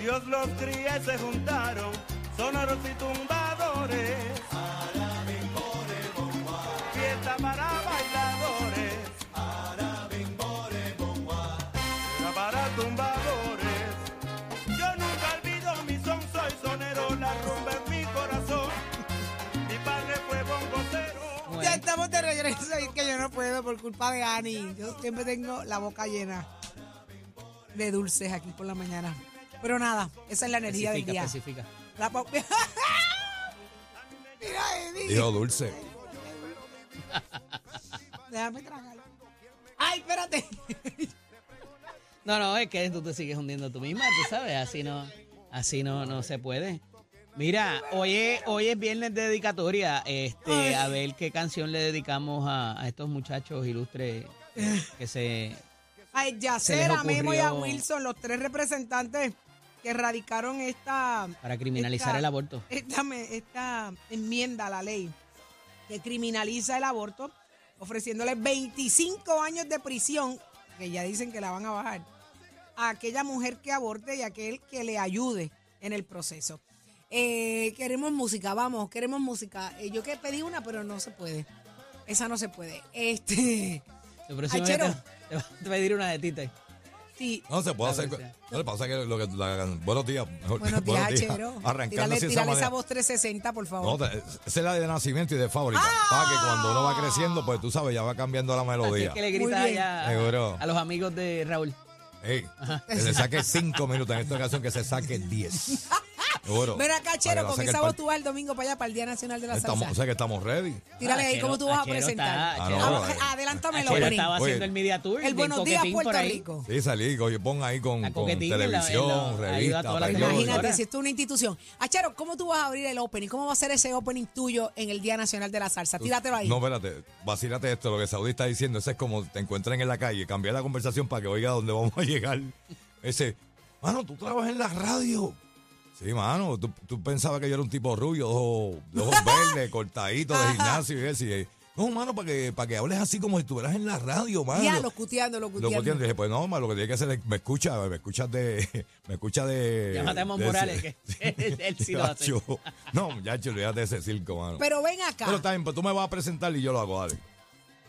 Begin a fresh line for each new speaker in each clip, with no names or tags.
Dios los cría y se juntaron, sonoros y tumbadores. Fiesta para bailadores. Era para tumbadores. Yo nunca olvido mi son, soy sonero, la rumba es mi corazón. Mi padre fue bongocero.
Ya estamos de regreso y es que yo no puedo por culpa de Ani. Yo siempre tengo la boca llena de dulces aquí por la mañana. Pero nada, esa es la energía del día. La po- Mira, Eddie.
Dijo dulce.
Déjame tragarlo. Ay, espérate.
No, no, es que tú te sigues hundiendo tú misma, tú sabes, así no, así no, no se puede. Mira, hoy es, hoy es viernes de dedicatoria, este, a ver qué canción le dedicamos a, a estos muchachos ilustres eh, que se...
Ay,
Se les
Yacera,
ocurrió-
Memo y a Wilson, los tres representantes que radicaron esta
para criminalizar
esta-
el aborto.
esta, me- esta enmienda a la ley que criminaliza el aborto, ofreciéndole 25 años de prisión, que ya dicen que la van a bajar, a aquella mujer que aborte y a aquel que le ayude en el proceso. Eh, queremos música, vamos, queremos música. Eh, yo que pedí una, pero no se puede. Esa no se puede. Este,
La próxima
Ay,
vez
Chero.
te, te va te va a pedir una de Tita.
sí,
No se puede
La
hacer.
verdad.
No le pasa que lo que la, buenos días. mejor,
buenos días, Chero.
Arrancando
Tírale,
así esa
tírale esa
manera.
voz 360, por favor.
No, te- esa es la de nacimiento y de fábrica.
¡Ah!
Para que cuando uno va creciendo, pues tú sabes, ya va cambiando la
Así
melodía.
es que le
Muy
gritas
bien.
allá
Seguro.
a, a los amigos de Raúl.
Ey, que le saque cinco minutos. En esta ocasión que se saque diez. Seguro.
Ven acá,
Para que
Chero,
la
con
saque el
esa
par-
voz tú vas el domingo para allá, para el Día Nacional de la
Estamos, o
Salsa.
sea que estamos ready.
Tírale ahí,
Achero-
¿cómo tú vas a
Achero
presentar?
está-
Ah, no,
Ah,
vale.
Adelántame
Chero
Oye,
opening.
estaba
oye.
haciendo el media tour.
El
del
buenos días,
coquetín por
Puerto
ahí.
Rico.
Sí, salí. Oye, pon ahí con,
A
con
coquetín en la- en la-
televisión,
ayuda a
revista,
todas las
periódico.
Imagínate,
televisoras.
si esto es una institución. Achero, ¿cómo tú vas a abrir el opening? ¿Cómo va a ser ese opening tuyo en el Día Nacional de la Salsa? Tíratelo ahí.
No, espérate, vacílate esto, lo que Saudí está diciendo, ese es como te encuentran en la calle, cambiar la conversación para que oiga dónde vamos a llegar. Ese, mano, tú trabajas en la radio. Sí, mano, tú, tú pensabas que yo era un tipo rubio, de ojos, de ojos verdes, cortadito, de gimnasio y eso. y, eh, no, mano, para que, para que hables así como si estuvieras en la radio, mano.
ya, lo cuteando, lo
Lo boteando,
cuteando.
dije, pues no, ma, lo que tiene que hacer es, me escucha, me escuchas de, me escucha de...
Llámate a Mon
de-
Morales, que él sí lo hace.
Chacho, No, muchacho, olvídate de ese circo, mano.
Pero ven acá.
Pero también, pues tú me vas a presentar y yo lo hago, dale.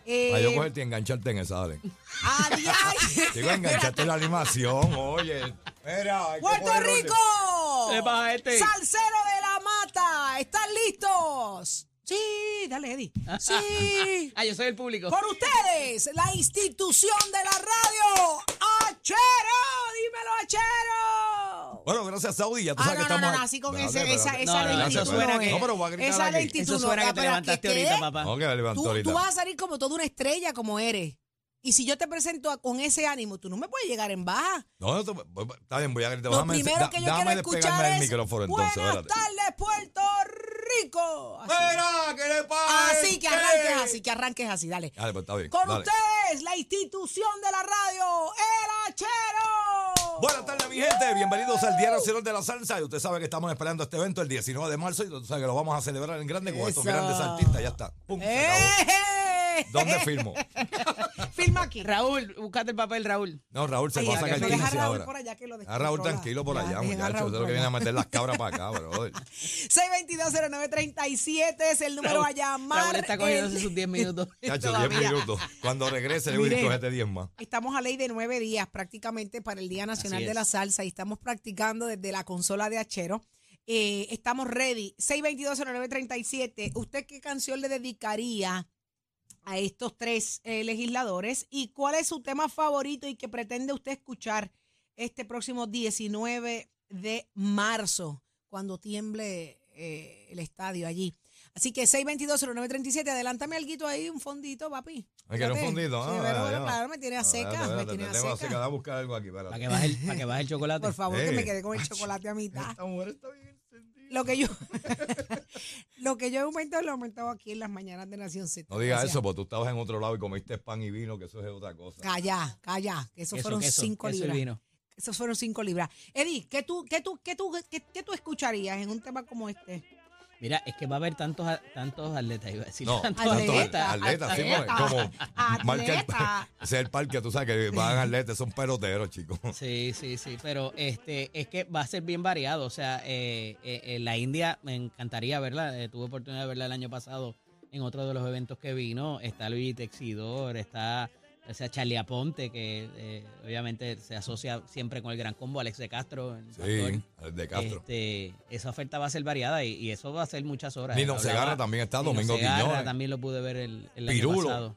Eh,
Para yo cogerte y engancharte en esa, dale.
adiós.
Digo, engancharte en la animación, oye. Mira, hay que
¡Puerto
poner orden.
Rico!
¿Qué pasa, este?
¡Salsero de la Mata! ¿Están listos? Sí, dale, Eddie. Sí.
Ah, yo soy el público.
Por ustedes, la institución de la radio, Achero. Dímelo, Achero.
Bueno, gracias, Saudi. Ya tú
Ah,
sabes
no,
que
no,
estamos.
no, no, así con
Espérate,
ese- esa-
espérate.
esa
No, no, no,
Espérate,
eso suena
espérate.
que-
No, pero voy a gritar
esa
aquí.
lentitud.
Eso
tú no,
suena que te
pero ¿a
levantaste
qué
ahorita,
qué?
papá.
No, que me levanto
Tú,
ahorita.
tú vas a salir como toda una estrella, como eres. Y si yo te presento a- con ese ánimo, tú no me puedes llegar en baja.
No, no, tú- pues, está bien, voy a gritar.
Lo
Déjame-
primero
da-
que yo
déjame
quiero
despegarme
escuchar
del
es
micrófono
Buenas
entonces, espérate.
tardes, Puerto Rico. Así,
Mira, ¿qué le pasa?
así que arranques así, que arranques así, dale.
Dale, pues está bien.
Con
dale.
ustedes, la institución de la radio, El Achero.
Buenas tardes, mi gente. Bienvenidos al Día Nacional de la Salsa. Y usted sabe que estamos esperando este evento el 19 de marzo. Y usted sabe que lo vamos a celebrar en grande con estos
Eso.
grandes artistas. Ya está. Pum, se acabó.
¡Eh!
¿Dónde firmo?
Filma aquí.
Raúl, búscate el papel, Raúl.
No, Raúl se
Ay,
va a
ya,
sacar
no,
el
deja a
15
Raúl
ahora.
por allá, que lo
A Raúl
descontrola.
tranquilo por
Ya,
allá,
deja a
muchacho.
Raúl
Eso es lo
por
que viene a
allá.
meter las cabras para acá, bro.
6220937 es el número a llamar.
Raúl está cogiendo
El-
sus 10 minutos.
Chacho,
Todavía.
10 minutos. Cuando regrese, le voy a
Mire.
decir, cógete 10 más.
Estamos a ley de nueve días prácticamente para el Día Nacional
Así
de la
es.
Salsa y estamos practicando desde la consola de Achero. Eh, estamos ready. 6220937. ¿Usted qué canción le dedicaría a estos tres eh, legisladores? ¿Y cuál es su tema favorito y que pretende usted escuchar este próximo 19 de marzo, cuando tiemble eh, el estadio allí. Así que 622-0937, adelántame algo ahí, un fondito, papi.
Me quiero un
Fíjate.
fondito.
Sí,
ah,
pero
ya,
bueno,
ya.
claro, me tiene a
Ah,
secas,
espérate,
me
espérate,
tiene a
te voy
secas.
Voy a buscar algo aquí. espérate.
Para que baje el, para que baje el chocolate.
Por favor, que
Eh.
me quedé con el chocolate a mitad.
Esta mujer está bien encendida.
Lo que yo lo que yo he aumentado, lo he aumentado aquí en las mañanas de Nación Z.
No digas
Gracias.
eso, porque tú estabas en otro lado y comiste pan y vino, que eso es otra cosa.
Calla, calla, que eso
Queso,
fueron
queso,
cinco
queso y
libras.
vino.
Esos fueron cinco libras. Eddie, ¿qué tú, qué tú, qué tú, qué, qué tú escucharías en un tema como este?
Mira, es que va a haber tantos, a- tantos atletas, iba a decir.
No,
tantos
tanto
Atleta,
atleta, atleta, sí,
atleta,
como marca el
atleta.
pa- ese es el parque, tú sabes que van atletas, son peloteros, chicos.
Sí, sí, sí, pero este es que va a ser bien variado. O sea, eh, eh, eh, la India me encantaría verla. eh, tuve oportunidad de verla el año pasado en otro de los eventos que vino. Está Luis Texidor, está o sea, Charlie Aponte, que eh, obviamente se asocia siempre con el gran combo, Alex de Castro. el
Sí,
actor.
de Castro.
Este, esa oferta va a ser variada y, y eso va a ser muchas horas.
Nino
Hablaba-
Segarra también está,
Nino
Domingo
Segarra
Quiñones.
también lo pude ver el, el año
Pirulo.
pasado.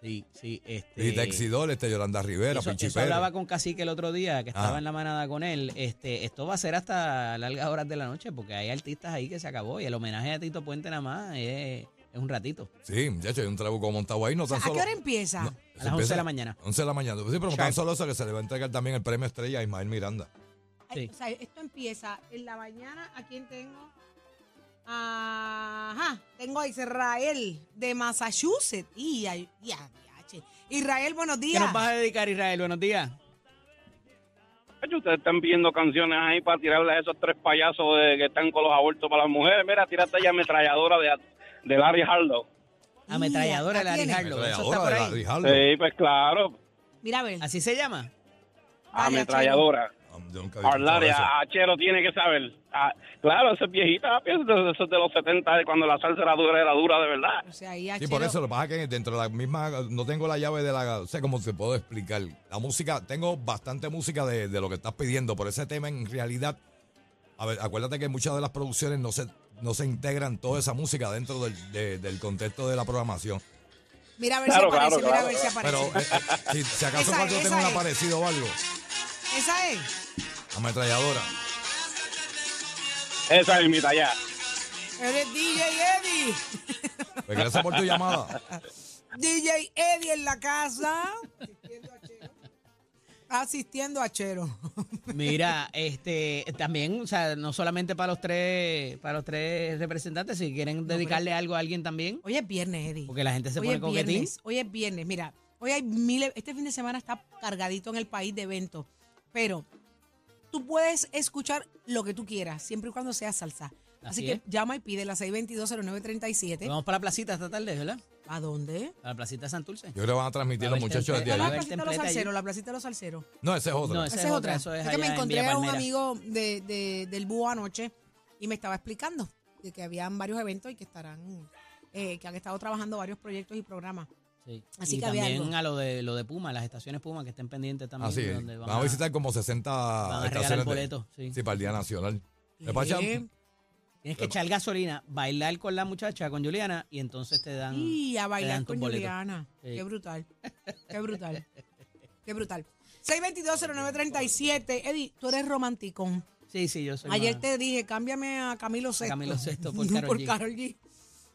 Sí, sí. Este,
Y Texidor, este Yolanda Rivera,
eso,
Pichi
eso
Pérez.
hablaba con Cacique el otro día, que estaba
Ah.
en la manada con él. Este, esto va a ser hasta largas horas de la noche, porque hay artistas ahí que se acabó. Y el homenaje a Tito Puente nada más es, es un ratito.
Sí, de hecho, hay un trabuco montado ahí, no
O sea,
tan
¿A
solo.
qué hora
em-
empieza?
No,
A las 11 de la mañana.
11 de la mañana. Sí, pero no
Sharp.
tan solo eso que se le va a entregar también el premio estrella a Ismael Miranda.
Ay,
sí.
o sea, esto empieza en la mañana. ¿A quién tengo? Ajá, tengo a Israel de Massachusetts. Y, ay, y a- diache. Israel, buenos
¿Qué
días.
nos vas a dedicar, Israel? Buenos días.
Ay, Ustedes están pidiendo canciones ahí para tirarle a esos tres payasos de- que están con los abortos para las mujeres. Mira, tírate ya ametralladora de, de Larry Harlow.
Ametralladora de
la
Larry
tiene.
Harlow. Eso está
Ahora
por
de
ahí.
Larry Harlow.
Sí, pues claro,
Mira a ver.
Así se llama.
ametralladora.
Um, yo nunca había
Hablar,
escuchado eso.
a Chero tiene que saber. Ah, claro, esa es viejita, ah, piensa de, eso es de los 70, de cuando la salsa era dura, era dura de verdad.
O sea, ahí a
Sí, por
Chelo-
eso lo que pasa es que dentro de la misma, no tengo la llave de la, o sea, cómo te puedo explicar. La música, tengo bastante música de, de lo que estás pidiendo, por ese tema en realidad, a ver, acuérdate que muchas de las producciones no se, no se integran toda esa música dentro del, de- del contexto de la programación.
Mira a ver
Claro,
si
claro,
aparece, mira a
claro.
ver si
Pero
aparece.
eh, eh, si, si acaso
Esa
cuando
es,
tengo
esa
un
es.
aparecido o algo,
Esa es.
ametralladora.
Esa es mi talla.
Eres DJ Eddie.
Pues gracias por tu llamada.
DJ Eddie en la casa. Asistiendo a Chero.
Mira, este, también, o sea, no solamente para los tres, para los tres representantes, si quieren dedicarle algo a alguien también,
Hoy es viernes, Eddie.
porque la gente se
hoy
pone
es
coquetín.
viernes. Hoy es viernes. Mira, hoy hay miles. Este fin de semana está cargadito en el país de eventos. Pero tú puedes escuchar lo que tú quieras, siempre y cuando sea salsa. Así,
Así
que
es.
llama y pide la 622-0937.
Vamos para la placita esta tarde, ¿verdad?
¿A dónde?
Para la placita de Santurce.
Yo creo que van a transmitir
A
los
ver,
muchachos
Tente,
desde
a
¿Cuál es la
ver.
allá.
placita de los
templete allí.
salseros? La placita de los salseros.
No, ese es otro.
No,
Esa, es otra.
eso es
Es que me
allá en
encontré
Villa
a un
Palmera.
amigo de, de- del Búho anoche y me estaba explicando de que habían varios eventos y que estarán, eh, que han estado trabajando varios proyectos y programas.
Sí.
Así
y
que había
también
algo.
a lo de lo de Puma, las estaciones Puma que estén pendientes también.
Así es.
donde
Ah, Van a visitar como 60
regalar
estaciones de-
boletos, sí.
para el Día Nacional. Me pasa-
Eh,
Tienes que echar gasolina, bailar con la muchacha, con Juliana, y entonces te dan.
Y a
te
bailar
dan tus
con
boletos.
Juliana.
Sí.
Qué brutal. Qué brutal. Qué brutal. 622-0937. Eddie, tú eres romanticón.
Sí, sí, yo soy.
Ayer
más-
te dije, cámbiame a Camilo Sesto.
Camilo Sesto por Karol G.
Karol G.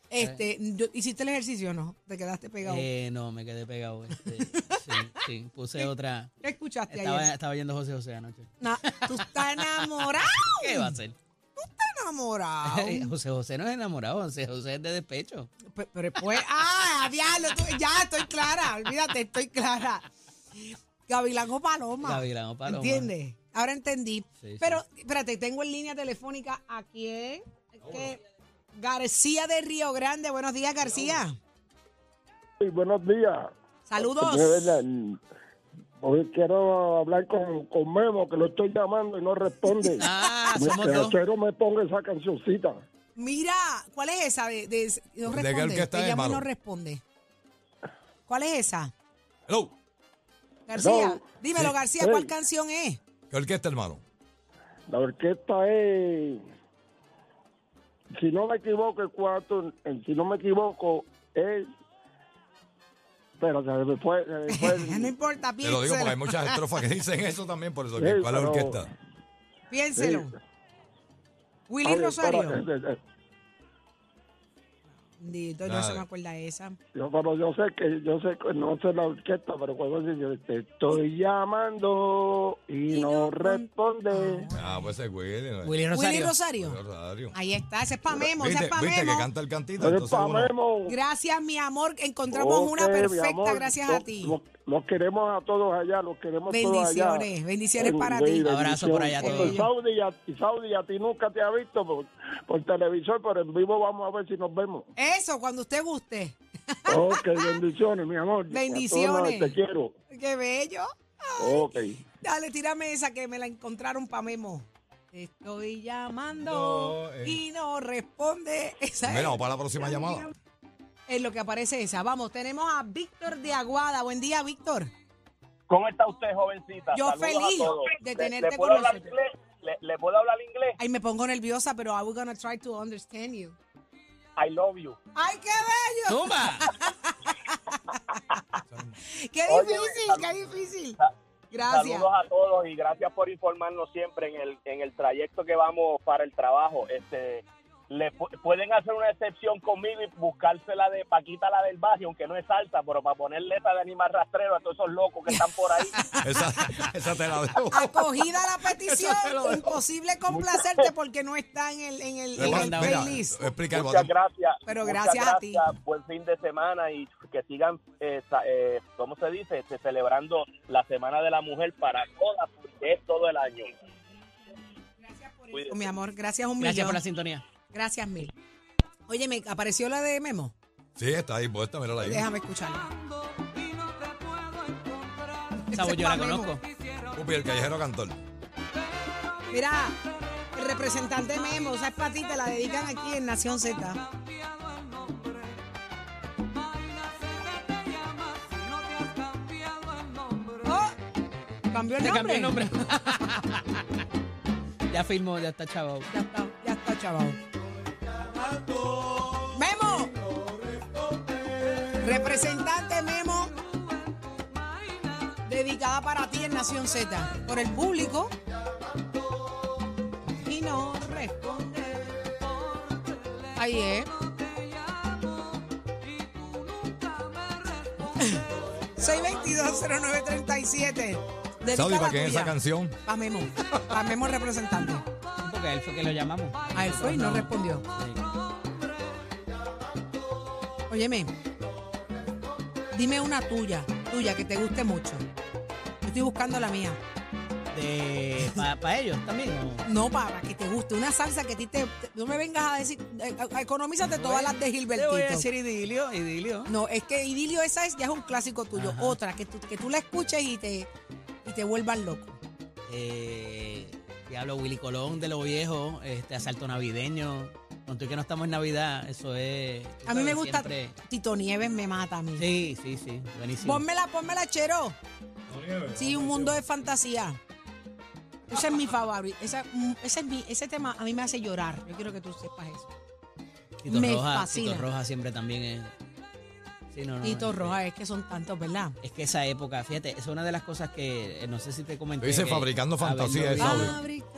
Este, yo- ¿Hiciste el ejercicio o no? Te quedaste pegado.
Eh, no, me quedé pegado. este, sí, sí, puse otra.
¿Qué escuchaste
Estaba,
ayer?
estaba yendo José José anoche.
Na- tú estás enamorado.
¿Qué va a hacer? Eh,
enamorado.
José José no es enamorado, José José es de despecho.
Pe- Pero después, ah, diablo, tú- ya estoy clara, olvídate, estoy clara. Gavilán o Paloma.
Gavilán o Paloma.
¿Entiendes? Ahora entendí.
Sí, sí.
Pero, espérate, tengo en línea telefónica a quién. Que- García de Río Grande. Buenos días, García.
Sí, buenos días.
Saludos.
Hoy quiero hablar con, con Memo, que lo estoy llamando y no responde.
Ah,
Me-
somos
que
dos.
Acero me ponga esa cancioncita.
Mira, ¿cuál es esa? De, de- no
¿De qué
responde.
orquesta
Te
es,
llamo y
Maru?
no responde. ¿Cuál es esa?
Hello.
García,
Hello.
dímelo,
Sí.
García, ¿cuál
Hey.
canción es?
¿Qué orquesta, hermano?
La orquesta es, si no me equivoco, es cuatro, eh, si no me equivoco, es pero se me fue. se me fue el-
No importa,
Te lo digo porque hay
piénselo.
muchas estrofas que dicen eso también, por eso.
Sí,
que ¿Cuál es la
pero-
orquesta?
Piénselo. Willy
Oye,
Rosario.
espérate, eh, eh,
Bendito, no
Nada.
se me acuerda esa.
Yo, pero yo sé que, yo sé, que- no sé la orquesta, pero cuando dice, yo te estoy llamando y,
Y no
no responde.
Ah, pues es Willy. ¿no?
Willy
Willy Rosario.
Willy
Rosario.
Rosario.
Ahí está, ese es pa' Memo, ese
¿Viste,
es pa'
viste que
Memo.
canta el cantito?
Pero es
Entonces
pa'
uno-
Memo.
Gracias, mi amor. Encontramos una
Ok, mi
perfecta,
amor,
gracias
lo-
a ti.
lo- Los queremos a todos allá, los queremos todos allá.
Bendiciones, bendiciones para ti.
Abrazo por allá a todos.
Y Saudi, y a, y Saudi, a ti nunca te ha visto por, por televisor, pero en vivo vamos a ver si nos vemos.
Eso, cuando usted guste.
Ok, bendiciones, mi amor. A todos
Bendiciones.
Te quiero.
Qué bello.
Ok.
Dale, tírame esa que me la encontraron pa' Memo. Te estoy llamando
No, eh.
y no responde. Esa
Mira, vamos
es,
para la próxima llamada.
es lo que aparece esa. Vamos, tenemos a Víctor de Aguada. Buen día, Víctor.
¿Cómo está usted, jovencita?
Yo
Saludos a
feliz
todos.
de
¿Le-
tenerte
¿Le, puedo
con
hablar
nosotros.
inglés? ¿Le, le puedo hablar inglés?
Ay, me pongo nerviosa, pero I was gonna try to understand you.
I love you.
¡Ay, qué bello!
¡Tumba!
¡Qué
Oye,
difícil,
sal-
qué difícil!
sa-
Gracias.
Saludos a todos y gracias por informarnos siempre en el, en el trayecto que vamos para el trabajo. Este, le pu- pueden hacer una excepción conmigo y buscársela de Paquita la del barrio, aunque no es salsa, pero para ponerle esa de animal rastrero a todos esos locos que están por ahí.
Esa, esa te la dejo.
Acogida la petición,
Eso te lo dejo.
imposible complacerte porque no está en el, en el, en el
Mira,
playlist.
explica el
Muchas
botón.
gracias.
Pero
Muchas
gracias a ti.
Buen fin de semana y que sigan, eh, sa- eh, ¿cómo se dice? Este, celebrando la Semana de la Mujer para todas, porque es todo el año.
Mi amor, gracias un
Gracias
millón.
por la sintonía.
Gracias mil. Oye, me apareció la de Memo.
Sí, está ahí puesta, mírala ahí.
Déjame escucharla.
Esa
Ese
voz
es
yo la
pa' Memo.
conozco.
Pupi, el callejero cantor.
Mira, el representante Memo, esa es para ti, te la dedican aquí en Nación Z. Oh, cambió el
Te
nombre.
cambió el nombre. ya firmó, ya está chavo.
Ya está, ya está, chaval. Memo. Representante Memo. Dedicada para ti en Nación Z. Por el público. Y no responde. Ahí es. Soy 220937.
Saudi,
Dedícala
¿para quién es
tuya.
esa canción?
Pa' Memo. Pa' Memo representante.
Porque él fue que lo llamamos.
A él fue y no respondió. Óyeme, dime una tuya, tuya que te guste mucho. Yo estoy buscando la mía.
Para ellos también. ¿o?
No, para que te guste. Una salsa que a ti te. te- No me vengas a decir. eh, eh, economízate todas las de
Te voy a
Gilbertito.
decir idilio, idilio.
No, es que Idilio, esa es, ya es un clásico tuyo.
Ajá.
Otra, que tú, que tú la escuches y te, y te vuelvas loco.
Eh, Diablo Willy Colón de lo viejo, este asalto navideño. Con tú que no estamos en Navidad, eso es. tú
A mí me
sabes,
gusta.
siempre-
Tito Nieves me mata a mí.
Sí, sí, sí. Buenísimo.
Pónmela, pónmela, Chero. Sí, un mundo de fantasía. Ese es mi favorito. Esa, mm, ese, es mi, ese tema a mí me hace llorar. Yo quiero que tú sepas eso.
Tito
me
Roja,
fascina.
Tito Roja siempre también es. Sí, no, no,
Tito
este,
Roja, es que son tantos, ¿verdad?
Es que esa época, fíjate, es una de las cosas que eh, no sé si te comenté.
Dice
que
fabricando fantasía,
haberlo
esa
vivido-
obvio.
Fábrica.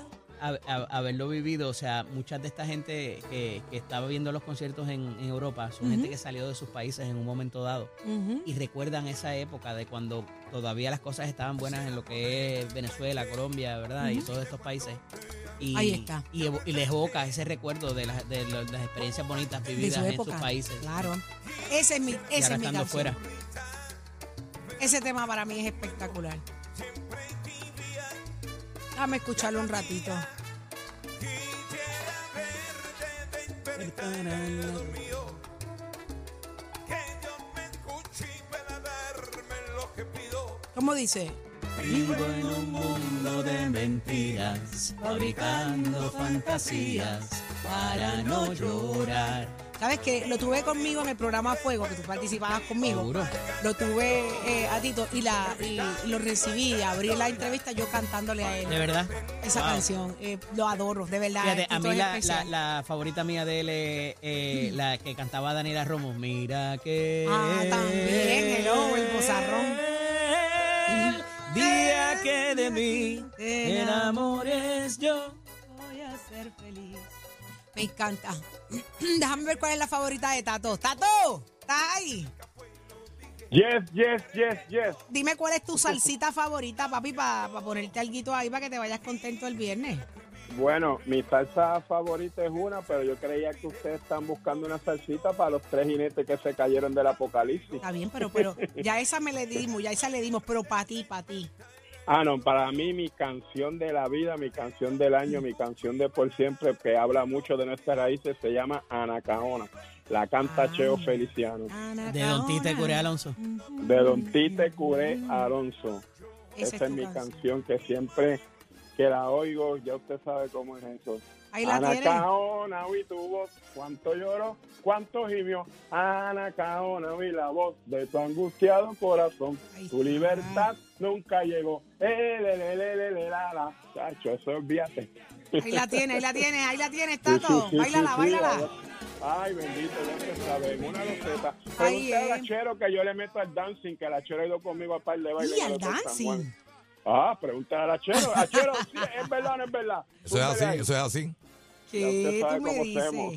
hab- hab- haberlo vivido, o sea, muchas de esta gente que, que estaba viendo los conciertos en, en Europa son gente
Ujú.
que salió de sus países en un momento dado
Ujú.
y recuerdan esa época de cuando todavía las cosas estaban buenas en lo que es Venezuela, Colombia, ¿verdad? Y todos estos papaíses. Y,
Ahí está.
Y, evo- y les evoca ese recuerdo de, las- de lo- las experiencias bonitas
De
vividas
su
en
época.
sus países.
Claro. Ese es mi,
Y
ese
ahora
es mi
estando
canción.
fuera.
Ese tema para mí es espectacular. Déjame escucharlo un ratito. ¿Cómo dice?
Vivo en un mundo de mentiras, fabricando fantasías para no llorar.
¿Sabes qué? Lo tuve conmigo en el programa Fuego, que tú participabas conmigo. Lo tuve eh, a Tito y, la, y lo recibí, abrí la entrevista yo cantándole a él.
¿De verdad?
Esa
Wow.
canción, eh, lo adoro, de verdad. eh,
Fíjate,
Tito
a mí
este es
la, la,
especial. Mm.
la favorita mía de él es eh, la que cantaba Daniela Romo. Mira que.
Ah, también, hello, el bozarrón. Mm. Eh,
El día que de mí te enamores yo.
Voy a ser feliz. Me encanta. Déjame ver cuál es la favorita de Tato. Tato, ¿estás ahí?
Yes, yes, yes, yes.
Dime cuál es tu salsita favorita, papi, para ponerte alguito ahí para que te vayas contento el viernes.
Bueno, mi salsa favorita es una, pero yo creía que ustedes están buscando una salsita para los tres jinetes que se cayeron del apocalipsis.
Está bien, pero, pero ya esa me le dimos, ya esa le dimos, pero para ti, para ti.
Ah, no, para mí mi canción de la vida, mi canción del año, mi canción de por siempre, que habla mucho de nuestras raíces, se llama Anacaona. La canta
Ah.
Cheo Feliciano.
De Don Tite Curé Alonso.
De Don Tite Curé Alonso. Esa,
Esa es tu
es mi
canción.
canción que siempre que la oigo, ya usted sabe cómo es eso.
Ahí la tiene.
Anacaona, oí tu voz, cuánto lloró, cuánto gimió. Anacaona, oí la voz de tu angustiado corazón. Tu libertad nunca llegó. Eh, le, le, le, le, le, la, la. Chacho, eso olvídate.
Ahí la tienes, ahí la tienes, ahí la tienes,
Sí, sí,
Tato.
sí,
Bailala,
sí, sí,
bailala.
ahora- Ay, bendito, ya usted sabe, en una loseta.
Ahí
Pregúntale
es.
a la Chero que yo le meto al dancing, que la Chero ha ido conmigo a par de bailes.
Y
en
al
el Hotel San Juan.
dancing.
Ah, pregúntale a la Chero. A Chero, sí, es verdad o no es verdad.
Eso es así,
Pregúntale ahí.
eso es así.
Ya usted
¿Qué
sabe
tú me
cómo
dices?
hacemos.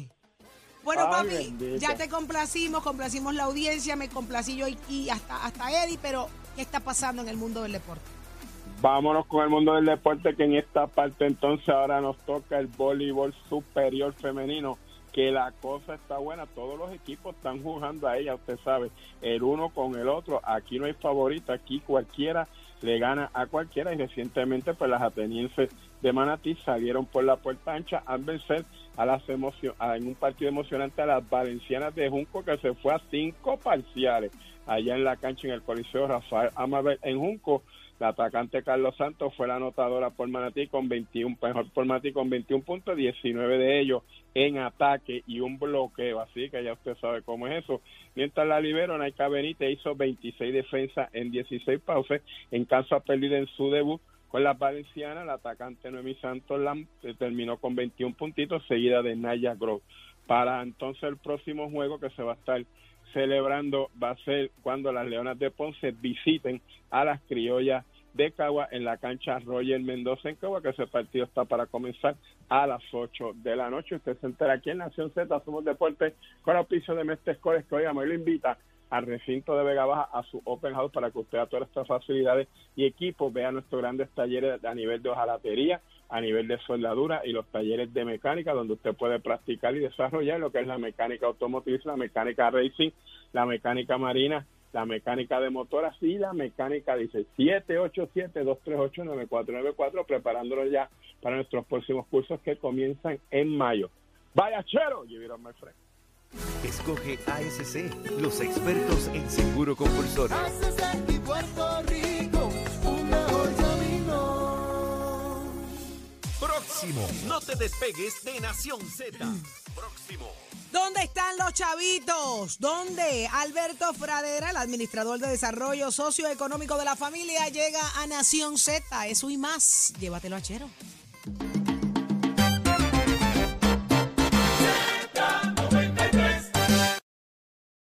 Bueno,
Ay,
papi,
bendito.
ya te complacimos, complacimos la audiencia, me complací yo y, y hasta, hasta Eddie, pero ¿qué está pasando en el mundo del deporte?
Vámonos con el mundo del deporte, que en esta parte entonces ahora nos toca el voleibol superior femenino, que la cosa está buena, todos los equipos están jugando a ella, usted sabe, el uno con el otro, aquí no hay favorito, aquí cualquiera le gana a cualquiera y recientemente pues las atenienses de Manatí salieron por la puerta ancha al vencer a las emocio- a- en un partido emocionante a las valencianas de Junco que se fue a cinco parciales allá en la cancha en el Coliseo Rafael Amabel en Junco la atacante Carlos Santos fue la anotadora por Manatí con 21, mejor por Manatí con 21 puntos, 19 de ellos en ataque y un bloqueo, así que ya usted sabe cómo es eso. Mientras la libero, Naika Benítez hizo 26 defensas en 16 pausas, en caso a pérdida en su debut con las valencianas, la atacante Noemí Santos Lam eh, terminó con 21 puntitos, seguida de Naya Grove. Para entonces el próximo juego que se va a estar celebrando va a ser cuando las Leonas de Ponce visiten a las criollas de Cagua en la cancha Roger Mendoza en Cagua, que ese partido está para comenzar a las 8 de la noche. Usted se entera aquí en Nación Z, Somos Deporte, con auspicio de Mestre Scores, que hoy a lo invita al recinto de Vega Baja, a su Open House, para que usted a todas estas facilidades y equipos vea nuestros grandes talleres a nivel de hojalatería, a nivel de soldadura y los talleres de mecánica, donde usted puede practicar y desarrollar lo que es la mecánica automotriz, la mecánica racing, la mecánica marina, la mecánica de motoras y la mecánica dice 787-238-9494, preparándolo ya para nuestros próximos cursos que comienzan en mayo. Vaya chero, llevaron my friend.
Escoge ASC, los expertos en seguro compulsorio.
Próximo. No te despegues de Nación Z. Próximo.
¿Dónde están los chavitos? ¿Dónde? Alberto Fradera, el administrador de desarrollo socioeconómico de la familia, llega a Nación Z. Eso y más. Llévatelo a Chero.